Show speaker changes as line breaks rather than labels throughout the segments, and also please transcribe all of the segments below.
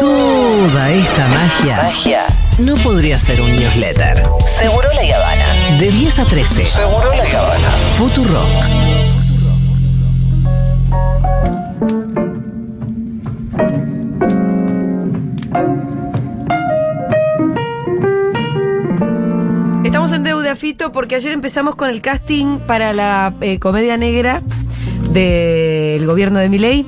Toda esta magia
Magia.
no podría ser un newsletter.
Seguro la Habana.
De 10 a 13,
Seguro la Habana.
Futurock.
Estamos en deuda, Fito, porque ayer empezamos con el casting para la eh, comedia negra del gobierno de Milei.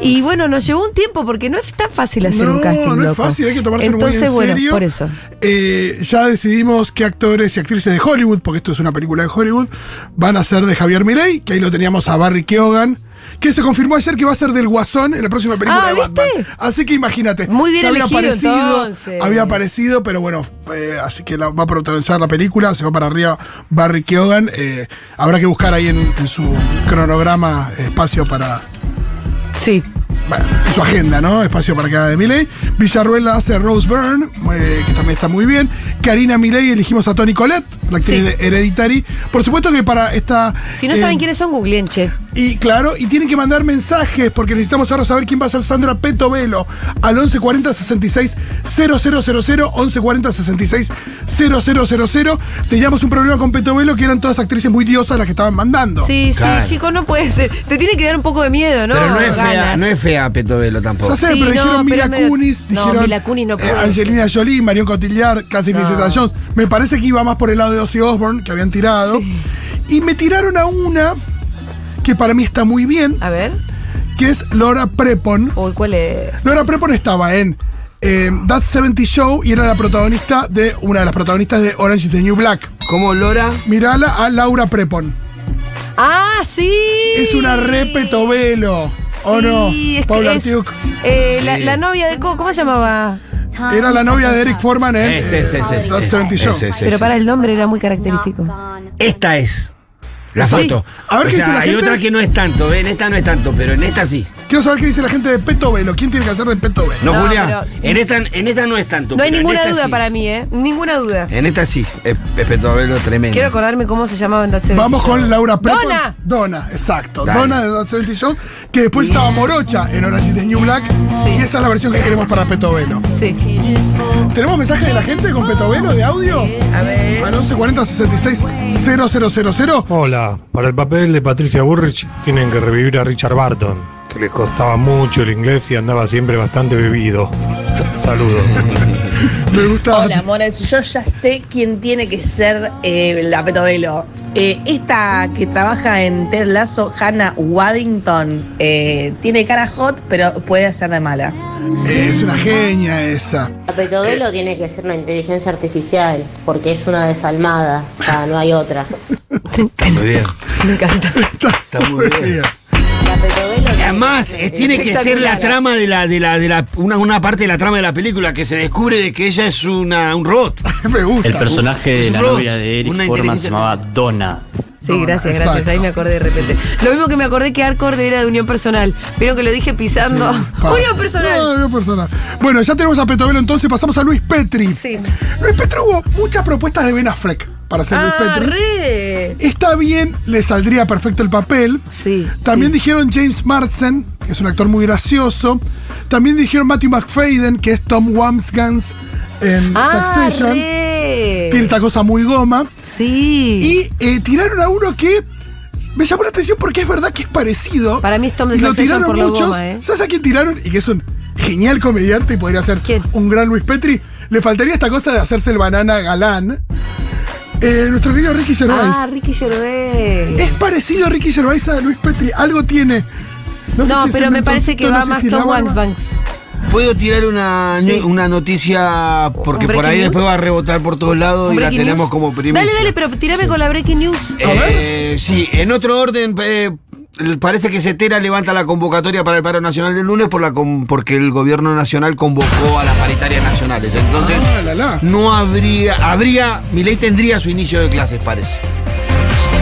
Y bueno, nos llevó un tiempo porque no es tan fácil hacer
no,
un casting.
No, es
loco.
fácil, hay que tomarse muy
Entonces,
en
bueno,
serio.
por eso.
Eh, ya decidimos qué actores y actrices de Hollywood, porque esto es una película de Hollywood, van a ser de Javier Mirey, que ahí lo teníamos a Barry Keoghan, que se confirmó ayer que va a ser del Guasón en la próxima película
Ah,
de
¿viste?
Batman. Así que imagínate.
Muy bien
ya había
elegido,
aparecido,
entonces.
había aparecido, pero bueno, eh, así que la- va a protagonizar la película, se va para arriba Barry Keoghan. eh, habrá que buscar ahí en, en su cronograma eh, espacio para
Sí.
bueno, su agenda, ¿no? Espacio para cada de Miley. Villarruela hace Rose Byrne, eh, que también está muy bien. Karina Miley elegimos a Tony Colette, la actriz
Sí.
de Hereditary. Por supuesto que para esta.
Si no
eh,
saben quiénes son, googleen, che.
Y claro, y tienen que mandar mensajes porque necesitamos ahora saber quién va a ser Sandra Petovelo al 1140 66 000 1140 66 000. Teníamos un problema con Petovelo que eran todas actrices muy diosas las que estaban mandando.
Sí,
Claro.
sí, chicos, no puede ser. Te tiene que dar un poco de miedo, ¿no?
Pero no es fea,
Ganas.
no es fea Petovelo tampoco.
Ya Pues sé,
Sí,
pero
no,
dijeron Mila
pero es medio-
Kunis,
no,
dijeron
Mila Kunis no
eh,
puede
Angelina Jolie, Marion Cotillard, Catherine
No.
Zeta-Jones. Me parece que iba más por el lado de Ozzy Osbourne, que habían tirado. Y me tiraron a una que para mí está muy bien,
A ver.
que es Laura Prepon.
Uy, ¿cuál es?
Laura Prepon estaba en eh, That 70 Show y era la protagonista de una de las protagonistas de Orange is the New Black.
Como Lora,
Mirala a Laura Prepon.
¡Ah, sí!
Es una repetovelo. ¿O
Sí,
no?
es que
Paula
es-
Artiuk.
Eh, la, la novia de Coco, ¿cómo se llamaba? Ah,
Era la novia de Eric Forman en eh,
Es, es, es, es,
That
¿Eh? es,
70 Show.
es, es, es.
Pero para el nombre era muy característico.
esta es. La
Sí.
foto.
A ver
O
qué
sea,
dice la
hay
gente.
otra que no es tanto, ¿eh? en esta no es tanto, pero en esta sí.
Quiero saber qué dice la gente de Peto Velo. ¿Quién tiene que hacer de Peto Velo?
No,
No,
Julia,
pero-
en, esta, en esta no es tanto.
No hay
pero en
ninguna
esta
duda
sí.
para mí, ¿eh? Ninguna duda.
En esta sí, es, es Petovelo tremendo.
Quiero acordarme cómo se llamaba en That Seventy
Vamos
Show.
con Laura Prepon.
Dona.
Dona, exacto.
Dale.
Dona de That 70 Show. Que después estaba Morocha en Orange is the New Black.
Sí.
Y esa es la versión que queremos para Peto Velo.
Sí.
¿Tenemos mensaje de la gente con Peto Velo de audio?
A ver.
Al 1140 66 000.
Hola, para el papel de Patricia Burrich tienen que revivir a Richard Barton, que le costaba mucho el inglés y andaba siempre bastante bebido. Saludos.
Me gusta.
Hola, amores. Yo ya sé quién tiene que ser eh, la Petovelo. Eh, esta que trabaja en Ted Lasso, Hannah Waddington, eh, tiene cara hot, pero puede hacer de mala.
Es una genia esa.
La
Eh.
Petodelo tiene que ser una inteligencia artificial, porque es una desalmada, o sea, no hay otra.
Muy bien.
Me encanta.
Está, muy bien.
La Petodelo tiene
Además,
que
eh,
ser
tiene que ser la
espectacular.
trama de la, de la, de la, una, una parte de la trama de la película que se descubre de que ella es una, un robot.
Me gusta.
El personaje
Es
de
un
la
robot,
novia de
una
Eric Forman se
inteligencia
llamaba
artificial.
Donna.
Sí,
Dona,
gracias, gracias.
exacto.
Ahí me acordé de repente. Lo mismo que me acordé que Arcorde era de Unión Personal. Pero que lo dije pisando.
Pasa.
Unión
No,
Personal.
unión personal. Bueno, ya tenemos a Petovelo, entonces pasamos a Luis Petri.
Sí.
Luis Petri hubo muchas propuestas de Ben Affleck para ser Luis
Ah,
Petri.
re.
Está bien, le saldría perfecto el papel.
Sí.
También
sí.
dijeron James Marsden, que es un actor muy gracioso. También dijeron Matthew McFadden, que es Tom Wamsgans en
Ah,
Succession.
re.
Tiene esta cosa muy goma.
Sí.
Y eh, tiraron a uno que me llamó la atención porque es verdad que es parecido.
Para mí es Tom de
y lo
Succession
tiraron
por lo
muchos.
goma, ¿eh?
¿Sabes a quién tiraron? Y que es un genial comediante y podría ser
¿Quién?
un gran Luis Petri. Le faltaría esta cosa de hacerse el banana galán. Eh, nuestro querido Ricky Gervais.
Ah, Ricky Gervais.
es parecido a Ricky Gervais a Luis Petri. Algo tiene.
No,
sé si es
pero
el
me parece
mentocito,
que
no
va
sé
más
si es la
Tom
barba.
Wangsbanks.
¿Puedo tirar una,
Sí.
una noticia? Porque
¿Un
por ahí
breaking
después
news?
va a rebotar por todos lados
¿Un
y la
breaking
tenemos
news?
como primicia.
Dale, dale, pero tirame con la breaking news.
A
Eh, sí, en otro orden, eh, parece que Cetera levanta la convocatoria para el paro nacional del lunes por la con- porque el gobierno nacional convocó a las paritarias nacionales. Entonces,
Ah, la, la.
no habría, habría, mi ley tendría su inicio de clases, parece.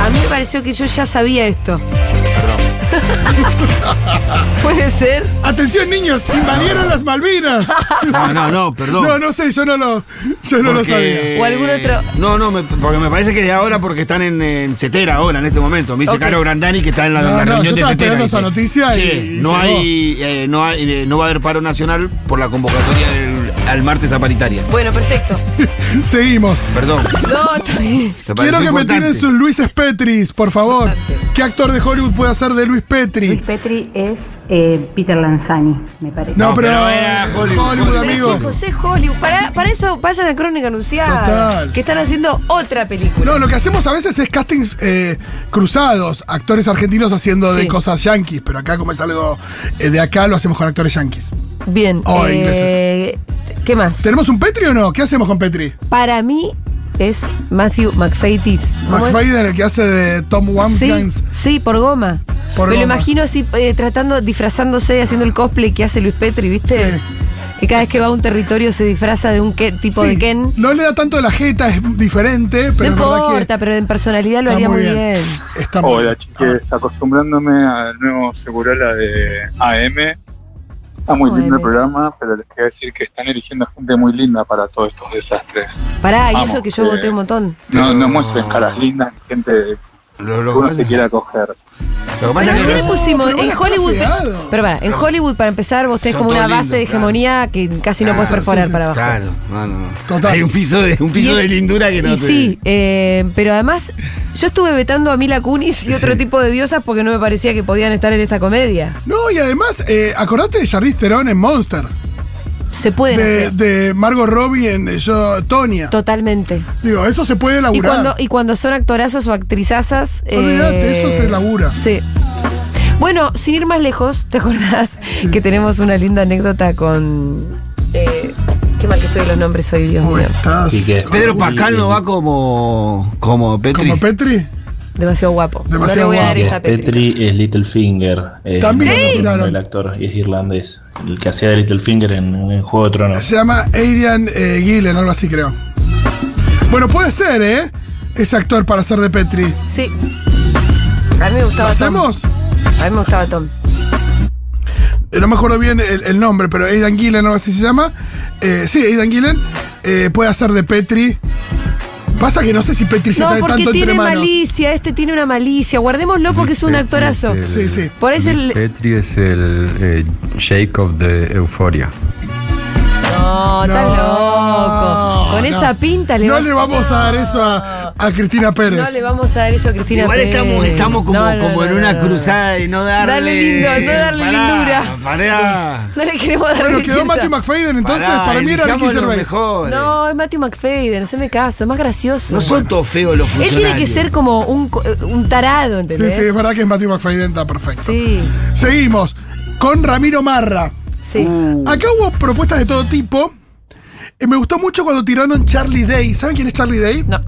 A mí me pareció que yo ya sabía esto.
Perdón.
Puede ser.
Atención niños, invadieron las Malvinas.
No, no, no, perdón.
No, no sé, yo no lo, yo no lo sabía.
Porque-
O algún otro-
No, no, me- porque me parece que de ahora porque están en, en Cetera ahora, en este momento. Me dice
Ok.
Caro Grandani que está en la,
No,
la
no,
reunión
yo
de
estaba
Cetera.
esperando esa
dice.
noticia
Che,
y- y
no,
llegó.
hay, eh, no, hay, eh, no va a haber paro nacional por la convocatoria del- al martes a paritaria.
Bueno, perfecto.
Seguimos.
Perdón.
No, está bien.
me pareció
Quiero que me
importante.
tiren sus Luis Petris, por favor. ¿Qué actor de Hollywood puede hacer de Luis Petri?
Petri es eh, Peter Lanzani, me parece.
No,
No,
pero,
pero era Hollywood,
Hollywood,
Hollywood.
Pero
amigo.
chicos, es Hollywood. Para, para eso vayan a Crónica Anunciada.
Total.
Que están haciendo otra película.
No, lo que hacemos a veces es castings eh, cruzados, actores argentinos haciendo de
Sí.
cosas yanquis, pero acá como es algo eh, de acá lo hacemos con actores yanquis.
Bien.
Oh,
eh, ¿Qué más?
¿Tenemos un Petri o no? ¿Qué hacemos con Petri?
Para mí es Matthew McFadden. ¿Cómo es?
McFadden, el que hace de Tom
Sí,
Wamsgans.
sí, por goma.
Por
Me lo
goma.
imagino así, eh, tratando, disfrazándose, haciendo el cosplay que hace Luis Petri, ¿viste?
Sí.
Que cada vez que va a un territorio se disfraza de un que- tipo
Sí,
de Ken.
No le da tanto la jeta, es diferente, pero
no
es verdad
importa,
que
pero en personalidad lo
está
haría muy bien.
Está muy bien.
Hola chiques, acostumbrándome al nuevo Segurola de AM. Está muy
AM.
lindo el programa, pero les quiero decir que están eligiendo gente muy linda para todos estos desastres.
Pará, y
Vamos,
eso que yo
eh,
voté un montón.
No, no muestren caras lindas ni gente
Lo,
que
lo que
uno
pasa-
se quiera coger.
lo que pasa
Pero
es
¿qué le
que.
pusimos?
pero
En
bueno,
Hollywood.
está feado.
Pero pará, en Hollywood, para empezar, vos tenés
Son
como una
todos
base de
lindos,
hegemonía que casi no
Claro,
puedes
sí,
perforar
sí,
para abajo.
Claro, no, no, no.
Total.
Hay un piso de, un piso
Y es-
de lindura que no
Y
se-
sí, eh, pero además yo estuve vetando a Mila Kunis y otro tipo de diosas porque no me parecía que podían estar en esta comedia.
No, y además, eh, acordate de Charlize Theron en Monster,
Se puede
de,
hacer.
de Margot Robbie en eh, yo, Tonya.
Totalmente.
Digo, eso se puede
Y
laburar.
cuando, y cuando son actorazos o actrizazas. eh,
Olvídate, eso se labura.
Sí. Bueno, sin ir más lejos, ¿te acordás que tenemos una linda anécdota con. eh, qué mal que estoy de los nombres hoy, Dios
Uy,
mío.
estás
Pedro Pascal no va como. como Petri.
como Petri.
Demasiado guapo.
Demasiado
no le voy a dar
guapo.
esa Petri.
es Littlefinger. eh, no, no,
También lo
no,
nombraron.
El actor y es irlandés. El que hacía de Littlefinger en, en Juego de Tronos.
Se llama Adrian eh, Gillen, algo así creo. Bueno, puede ser, ¿eh? Ese actor para ser de Petri.
Sí. A mí me
¿Lo
gustaba Tom.
hacemos?
A mí me gustaba Tom.
Eh, No me acuerdo bien el, el nombre, pero Aidan Gillen, algo así se llama. Eh, sí, Aidan Gillen eh, puede hacer de Petri. Pasa que no sé si Petri se
No,
trae
porque
tanto entre
tiene
manos.
malicia, este tiene una malicia. Guardémoslo porque es un actorazo.
Sí, sí.
Por eso el.
Petri es el Jacob de Euforia.
No, estás
No,
loco. Con
no.
esa pinta le
No
vas-
le vamos a dar eso a, a Cristina Pérez.
No le vamos a dar eso a Cristina
Igual
Pérez.
estamos, estamos como,
No, no,
como
no,
en una
no, no.
cruzada de no darle.
Dale lindo, no darle lindura.
Pará.
No le queremos dar
bueno, quedó
belleza.
Matthew McFadden, entonces
pará,
para mí era Ricky
elijamos los
Gervais.
mejores. No,
No, es Matthew McFadden, haceme caso, es más gracioso.
son todos feos los
Él
funcionarios.
tiene que ser como un, co- eh, un tarado,
Sí,
¿entendés?
sí, es verdad que es Matthew McFadden, está perfecto.
Sí,
Seguimos con Ramiro Marra.
sí.
Acá hubo propuestas de todo tipo. Eh, me gustó mucho cuando tiraron Charlie Day. ¿Saben quién es Charlie Day?
No.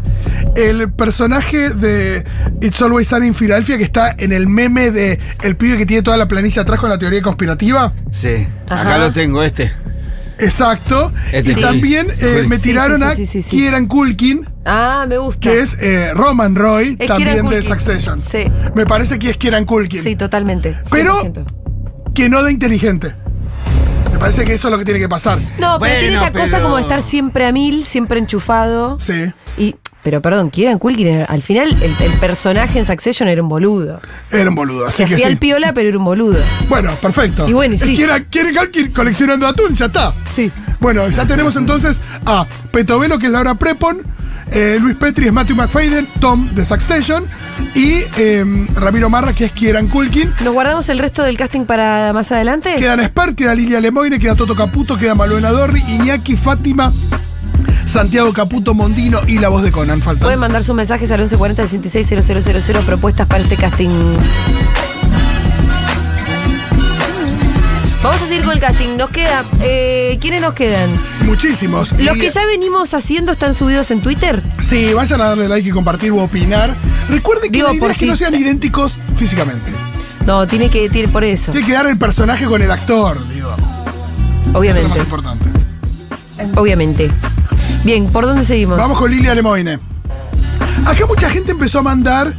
El personaje de It's Always Sunny in Philadelphia que está en el meme de el pibe que tiene toda la planilla atrás con la teoría conspirativa.
Sí,
Ajá.
acá lo tengo, este.
Exacto.
Este
y
Juli.
también eh,
Juli.
me
Sí,
tiraron
sí, sí, sí, sí,
a
sí.
Kieran Culkin,
Ah, me gusta.
que es eh, Roman Roy,
Es
también
Kieran
de
Culkin.
Succession.
Sí.
Me parece que es Kieran Culkin,
Sí, totalmente.
Pero-
100%.
que no de inteligente. Me parece que eso es lo que tiene que pasar.
No, pero tiene
Bueno,
esta cosa
pero-
como de estar siempre a mil, siempre enchufado.
Sí.
Y, pero perdón, Kieran Culkin, era- al final el, el personaje en Succession era un boludo.
Era un boludo, así
Se
que
hacía
sí.
el piola, pero era un boludo.
Bueno, perfecto.
Y bueno, y
Es
sí.
que era- Quiere Kalkin coleccionando atún, ya está.
Sí.
Bueno, ya tenemos entonces a Petovelo, que es Laura Prepon, eh, Luis Petri es Matthew McFadden, Tom de Succession y eh, Ramiro Marra, que es Kieran Culkin.
¿Nos guardamos el resto del casting para más adelante?
Quedan Spert, queda Lilia Lemoyne, queda Toto Caputo, queda Maluena Dorri, Iñaki, Fátima, Santiago Caputo, Mondino y la voz de Conan. Falta.
Pueden mandar sus mensajes al 1140 660000 propuestas para este casting. Vamos a seguir con el casting. Nos queda. eh, ¿Quiénes nos quedan?
Muchísimos.
Los
Y-
que ya venimos haciendo están subidos en Twitter.
Sí, vayan a darle like y compartir u opinar. Recuerden que
Digo,
la idea
por
es que no
si-
sean idénticos físicamente.
No, tiene que decir por eso,
Tiene que dar el personaje con el actor, digo. Eso es lo más
obviamente.
importante.
Obviamente. Bien, ¿por dónde seguimos?
Vamos con Lilia Lemoine. Acá mucha gente empezó a mandar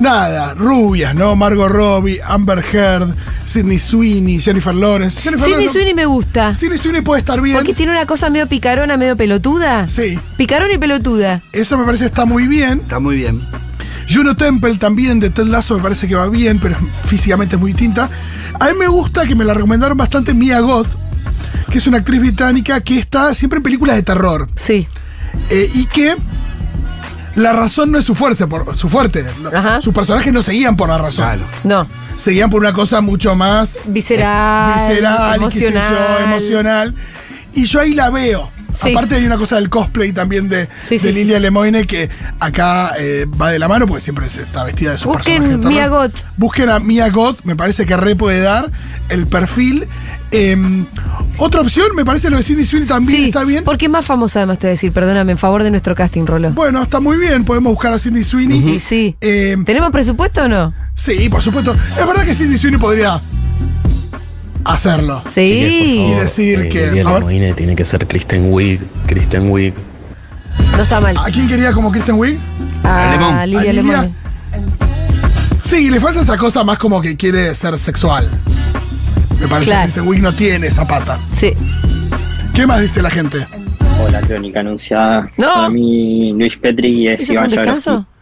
Nada, rubias, ¿no? Margot Robbie, Amber Heard, Sidney Sweeney, Jennifer Lawrence. Jennifer
Sidney
Lawrence-
Sweeney me gusta.
Sidney Sweeney puede estar bien.
Porque tiene una cosa medio picarona, medio pelotuda.
Sí.
Picarona y pelotuda.
Eso me parece está muy bien.
Está muy bien.
Juno Temple también de Ted Lasso me parece que va bien, pero físicamente es muy distinta. A mí me gusta que me la recomendaron bastante Mia Goth, que es una actriz británica que está siempre en películas de terror.
Sí.
Eh, y que la razón no es su fuerza, por, su fuerte. No,
Ajá.
Sus personajes no seguían por la razón.
Claro.
No.
Seguían por una cosa mucho más
Visceral.
visceral, y qué sé yo,
emocional.
emocional. Y yo ahí la veo.
Sí.
Aparte hay una cosa del cosplay también de,
Sí,
de
sí, sí,
Lilia
sí.
Lemoine que acá eh, va de la mano porque siempre se está vestida de su
Busquen
personaje. de terror.
Mia Goth.
Busquen a Mia Goth, me parece que re puede dar el perfil. Em, otra opción, me parece lo de Cindy Sweeney también
Sí,
está bien.
Porque es más famosa, además, te voy a decir, perdóname, en favor de nuestro casting, Rolo.
Bueno, está muy bien, podemos buscar a Cindy Sweeney.
Y sí.
Em,
¿Tenemos presupuesto o no?
sí, por supuesto. Es verdad que Cindy Sweeney podría hacerlo.
Eh,
Sí.
Y decir que...
Lilia
a ver,
Lemoine Eh, tiene que ser Kristen Wiig. Kristen Wiig.
No está mal.
¿A quién quería como Kristen Wiig?
A
Lemón.
Lilia
¿A Lilia?
Lemón.
Sí, le falta esa cosa más como que quiere ser sexual. Me parece
Claro.
que este Wig no tiene esa pata.
Sí.
¿Qué más dice la gente?
Hola, crónica anunciada.
No.
Para mí, Luis Petri es
¿Eso fue
Iván
un descanso?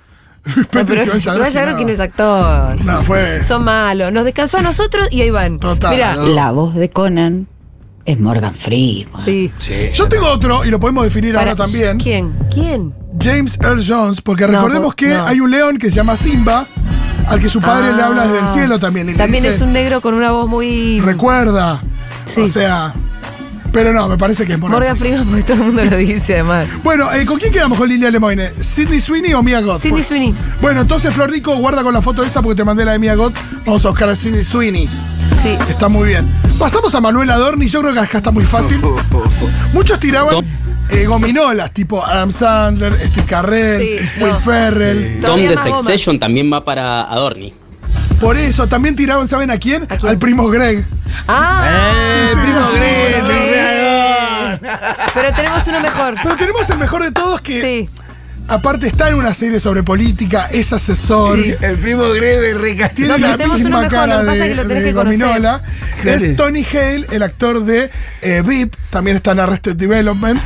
No,
Patricio
pero
Iván
Iván Yagro que no es actor.
No, fue.
Son malos. Nos descansó a nosotros y a Iván.
Total,
Mirá.
¿no?
La voz de Conan es Morgan Freeman.
Sí.
Sí.
Yo tengo otro, y lo podemos definir
Para-
ahora también.
¿Quién? ¿Quién?
James Earl Jones, porque
No,
recordemos
por-
que
no.
hay un león que se llama Simba, al que su padre le habla desde el cielo también. y le
Ah. También
dice,
es un negro con una voz muy.
Recuerda.
Sí.
O sea. Pero no, me parece que es Morgan.
Morgan
Freeman.
Freeman, porque todo el mundo lo dice además.
Bueno, eh, ¿con quién quedamos con Lilia Lemoine? ¿Sidney Sweeney o Mia Goth?
Cindy
Pues-
Sweeney.
Bueno, entonces, Florrico, guarda con la foto esa porque te mandé la de Mia Gott. Vamos a buscar a Cindy Sweeney.
Sí.
Está muy bien. Pasamos a Manuel Adorni. Yo creo que acá está muy fácil. Muchos tiraban eh, gominolas, tipo Adam Sandler, Steve Carrell,
Sí,
Will
no.
Ferrell.
Tom
Todavía
de
más goma.
Succession también va para Adorni.
Por eso, también tiraban, ¿saben a quién? Al primo Greg.
¡Ah!
¡Eh, primo Greg,
Sí. Pero tenemos uno mejor.
Pero tenemos el mejor de todos que,
Sí.
aparte, está en una serie sobre política, es asesor.
Sí, el primo Greve reca.
Tiene
No, pero
la
tenemos uno
misma
mejor, lo
cara
que pasa es
de,
que lo tenés
de
que conocer.
Gominola.
¿Quién
Es
es?
Tony Hale, el actor de eh, VIP, también está en Arrested Development.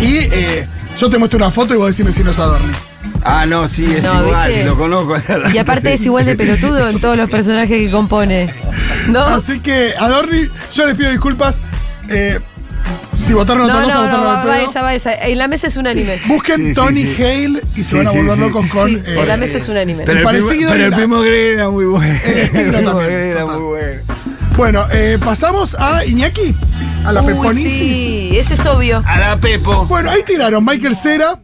Y eh, yo te muestro una foto y vos decime si no es Adorni.
Ah, no, sí, es
No,
igual,
¿viste?
lo conozco.
Y aparte es igual de pelotudo en todos los personajes que compone. ¿No?
Así que, Adorni, yo les pido disculpas. eh, si votaron otra
No,
cosa,
no, no,
votaron
va,
al
va
pedo.
esa, va esa. En la mesa es un anime.
Busquen
Sí, sí,
Tony
sí.
Hale y se
Sí,
van a
sí,
volver
sí.
locos con.
Sí,
eh,
en la mesa es un anime.
Pero, el primo,
Parecido
pero
y
el
la-
primo Greve era muy bueno.
El
El
estilo
primo
también,
Greve era
total.
muy bueno.
Bueno, eh, pasamos a Iñaki, a la
Uy,
Peponisis.
Sí, ese es obvio.
A la Pepo.
Bueno, ahí tiraron Michael Cera.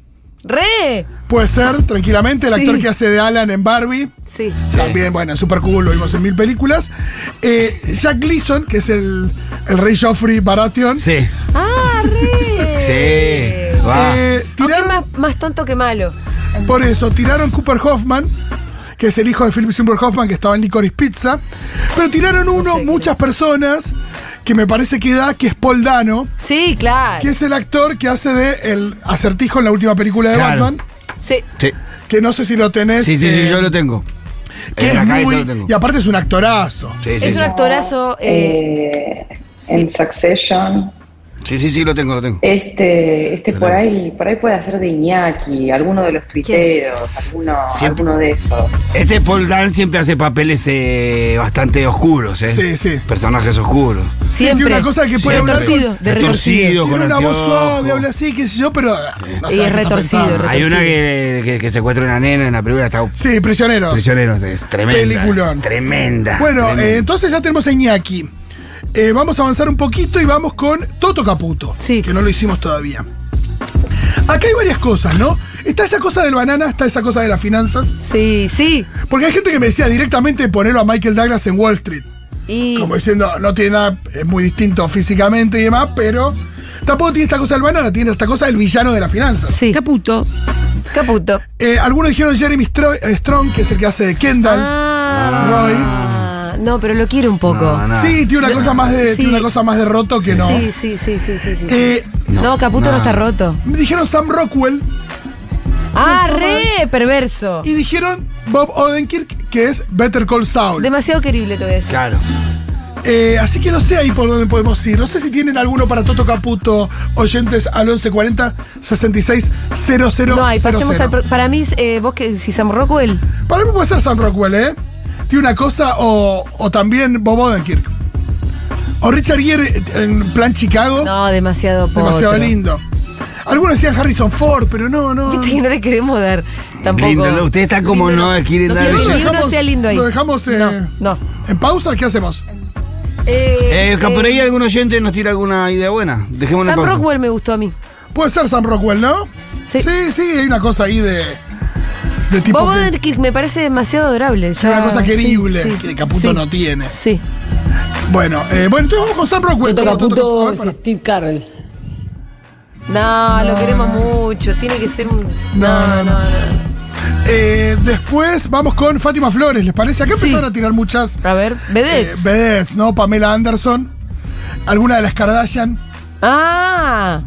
¡Re!
Puede ser, tranquilamente, el
Sí.
actor que hace de Alan en Barbie.
Sí.
También, bueno, super cool, lo vimos en mil películas. Eh, Jack Gleason, que es el, el rey Joffrey Baratheon.
Sí.
¡Ah, re!
Sí. Va.
Aunque
Eh,
es
tiraron,
más, más tonto que malo.
por eso, tiraron Cooper Hoffman, que es el hijo de Philip Seymour Hoffman, que estaba en Licorice Pizza. Pero tiraron uno,
sé qué
muchas personas, que me parece que da, que es Paul Dano,
Sí, claro.
que es el actor que hace de el acertijo en la última película de
Claro.
Batman.
Sí.
Sí,
Que no sé si lo tenés.
sí, sí, sí,
eh,
yo lo tengo.
que
En la
es
cabeza
muy-
lo tengo.
y aparte es un actorazo.
Sí, sí,
Es
sí.
un actorazo. eh,
Eh, en Succession.
sí, sí, sí, lo tengo, lo tengo.
Este, este por ahí, por ahí puede hacer de Iñaki, alguno de los tuiteros, alguno,
Siempre.
alguno de esos.
Este Paul Dan siempre hace papeles eh, bastante oscuros, ¿eh?
Sí, sí.
Personajes oscuros.
Tiene
siempre.
una cosa que puede hablar con-
retorcido, de retorcido.
Retorcido.
Tiene
con
una voz
anteojo.
suave, habla así, qué sé yo, pero. eh, no
Y
sabes
es
qué está
retorcido,
pensando.
re-
Hay una
sí.
que, que, que secuestra una nena en la película, está
Sí, prisionero.
prisionero, es tremenda.
Peliculón.
Tremenda.
Bueno,
tremenda.
eh, entonces ya tenemos a Iñaki. Eh, vamos a avanzar un poquito y vamos con Toto Caputo.
Sí.
Que no lo hicimos todavía. Acá hay varias cosas, ¿no? Está esa cosa del banana, está esa cosa de las finanzas.
Sí, sí.
Porque hay gente que me decía directamente ponerlo a Michael Douglas en Wall Street.
Y
Como diciendo, no tiene nada, es muy distinto físicamente y demás, pero tampoco tiene esta cosa del banana, tiene esta cosa del villano de las finanzas.
Sí.
Caputo.
Caputo.
Eh, algunos dijeron Jeremy Stro- eh, Strong, que es el que hace de Kendall.
Ah, no, pero lo quiero un poco.
No, no.
Sí, tiene una cosa más de.
Ah. Sí.
Tiene una cosa más de roto que no.
Sí, sí, sí, sí, sí, sí.
Eh,
no, Caputo no.
no.
está roto.
me dijeron Sam Rockwell
Ah, re perverso.
y dijeron Bob Odenkirk, que es Better Call Saul.
Demasiado querible todo eso.
Claro.
Eh, así que no sé ahí por dónde podemos ir. No sé si tienen alguno para Toto Caputo, oyentes al 1140 6600.
No hay, pasemos al. pro- Para mí, eh, vos que si Sam Rockwell.
Para mí puede ser Sam Rockwell, ¿eh? Tiene una cosa, o, o también Bob Odenkirk. O Richard Gere en plan Chicago.
No, demasiado poco.
demasiado lindo. Algunos decían Harrison Ford, pero no, no.
Viste que no le queremos dar tampoco.
Lindelof, ustedes están como no,
Lindelof.
quieren
No,
dar
si
belleza.
uno sea lindo ahí.
¿Lo dejamos eh,
No.
en pausa? ¿Qué hacemos?
Eh, que por ahí algún oyente nos tira alguna idea buena. Dejemos una
eh, Sam
pausa.
Rockwell me gustó a mí.
Puede ser Sam Rockwell, ¿no?
Sí.
sí, sí, hay una cosa ahí de, de tipo.
Bob
que-
Odenkirk me parece demasiado adorable.
es una
ya-
cosa
sí,
querible
sí.
que Caputo
Sí.
no tiene.
Sí.
Bueno, eh, bueno, entonces vamos con Sam Rockwell.
Toto
Vamos,
Caputo es
Caputo.
Steve Carell.
No, lo queremos mucho. Tiene que ser un. No, no, no.
Eh, después vamos con Fátima Flores, ¿les parece? Acá empezaron a tirar muchas.
A ver,
Eh,
vedettes.
vedettes, ¿no? Pamela Anderson, alguna de las Kardashian.
Ah.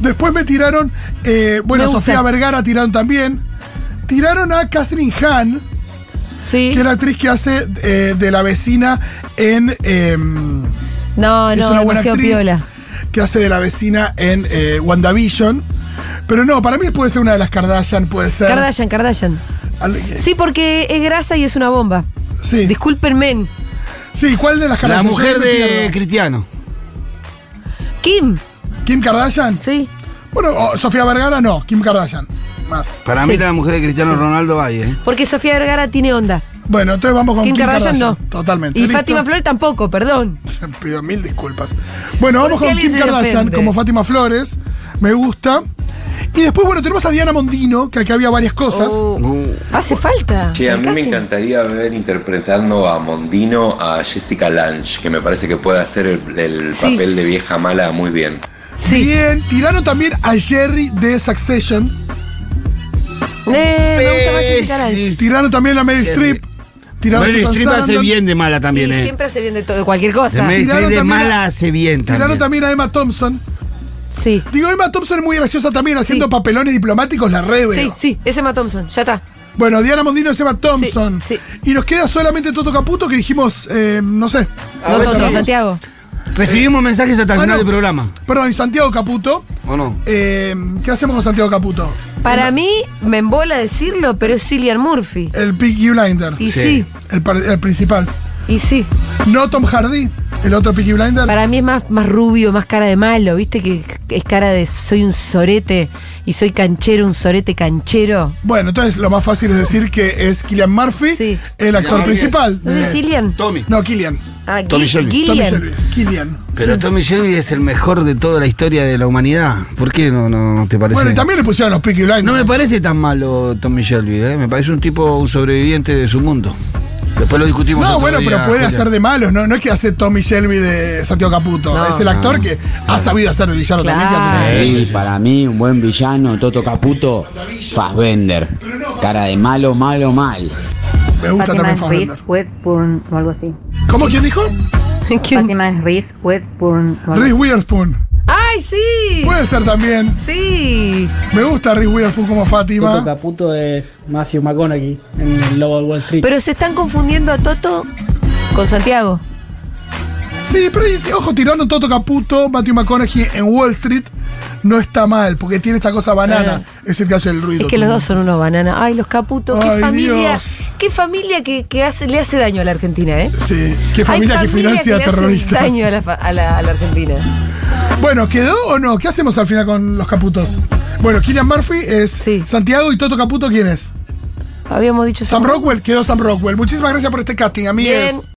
Después me tiraron, eh, bueno,
Me gusta.
Sofía Vergara tiraron también. Tiraron a Catherine Hahn, que es la actriz que hace eh, de la vecina en. em,
No,
es
no,
una buena
demasiado
actriz
piola.
que hace de la vecina en eh, WandaVision. Pero no, para mí puede ser una de las Kardashian, puede ser.
Kardashian, Kardashian.
Al-
Sí, porque es grasa y es una bomba.
Eh. Sí.
Discúlpenme.
Sí, ¿cuál de las
La
Kardashian?
mujer
Yo me
de
pierdo.
Cristiano.
Kim.
¿Kim Kardashian?
Sí.
Bueno, o Sofía Vergara no, Kim Kardashian. Más.
Para mí
Sí.
la mujer de Cristiano
Sí.
Ronaldo va ahí, ¿eh?
Porque Sofía Vergara tiene onda.
Bueno, entonces vamos con
Kim Kardashian, no.
Totalmente.
Y
¿Listo?
Fátima Flores tampoco, perdón.
Pido mil disculpas. Bueno,
Por Pues si
vamos con
alguien
Kim
se
Kardashian
ofende.
como Fátima Flores. Me gusta. Y después, bueno, tenemos a Diana Mondino, que aquí había varias cosas.
Oh.
Uh.
Hace falta.
Che, a mí me
Casting.
encantaría ver interpretando a Mondino a Jessica Lange, que me parece que puede hacer el, el
Sí.
papel de vieja mala muy bien.
Bien, tiraron también a Jerry de Succession.
Eh, me gusta más Jessica Lange.
Tiraron también a Meryl
Jerry.
Streep. Tiraron a
Meryl
Susan
Streep hace
Sarandon.
bien de mala también,
Y
¿eh?
siempre hace bien de todo, de cualquier cosa.
Meryl
Tiraron
Streep de
también a-
mala hace bien
Tiraron
también.
también a Emma Thompson.
Sí.
Digo, Emma Thompson es muy graciosa también, haciendo papelones diplomáticos, la re
Sí,
veo.
sí, es Emma Thompson, ya está.
Bueno, Diana Mondino es Emma Thompson. Y nos queda solamente Toto Caputo, que dijimos, eh, no sé.
No,
Ahora
Toto,
cerramos.
Santiago.
Recibimos mensajes hasta el
Ah,
final
no.
del programa.
Perdón, y Santiago Caputo.
¿O no?
Eh, ¿Qué hacemos con Santiago Caputo?
Para mí, me embola decirlo, pero es Cillian Murphy.
El Peaky Blinder.
Y sí.
El, par- el principal.
Y sí.
No Tom Hardy, el otro Peaky Blinder.
Para mí es más, más rubio, más cara de malo, ¿viste? Que es cara de soy un sorete y soy canchero, un sorete canchero.
Bueno, entonces lo más fácil es decir que es Killian Murphy, el actor
Murphy es-
principal.
¿No es Cillian?
Tommy.
No, Killian.
Ah,
Tommy
Gil-
Shelby.
Gillian.
Eh, Tommy Shelby. Killian.
Pero Tommy Shelby es el mejor de toda la historia de la humanidad. ¿Por qué no, no, no te parece?
Bueno, y también le pusieron los Peaky Blinders.
No me parece tan malo Tommy Shelby, ¿eh? Me parece un tipo un sobreviviente de su mundo. Después lo discutimos.
No,
otro
bueno,
día,
pero puede
Julián.
hacer de malos, ¿no? No es que hace Tommy Shelby de Santiago Caputo.
No.
es el actor
No.
que ha sabido hacer el villano también. que hace-
Sí, para mí, un buen villano, Toto Caputo, Fassbender. Cara de malo, malo, mal.
Me gusta
Fátima
también
es Reese
Fassbender.
Witherspoon o algo así.
¿Cómo? ¿Quién dijo?
Fátima es Reese Witherspoon. o algo
Reese Witherspoon.
¡Ay, sí!
Puede ser también.
Sí.
Me gusta Reese Witherspoon como
Toto
Fátima.
Caputo es Matthew McConaughey en el Lobo de Wall Street.
Pero se están confundiendo a Toto con Santiago.
Sí, pero y- ojo, tiraron Toto Caputo, Matthew McConaughey en Wall Street. No está mal, porque tiene esta cosa banana. Es el que hace el ruido.
Eh. Es que los dos son unos bananas. Ay, los caputos, qué
Ay,
familia.
Dios.
Qué familia que, que hace, le hace daño a la Argentina, ¿eh?
Sí, qué familia
Hay
que financia
le hace
terroristas.
daño a la, fa- a la- a la Argentina.
Bueno, ¿quedó o no? ¿Qué hacemos al final con los Caputos? Bueno, Killian Murphy es Santiago y Toto Caputo, ¿quién es?
Habíamos dicho
Sam Rockwell, quedó Sam Rockwell. Muchísimas gracias por este casting, a mí
Bien.
es.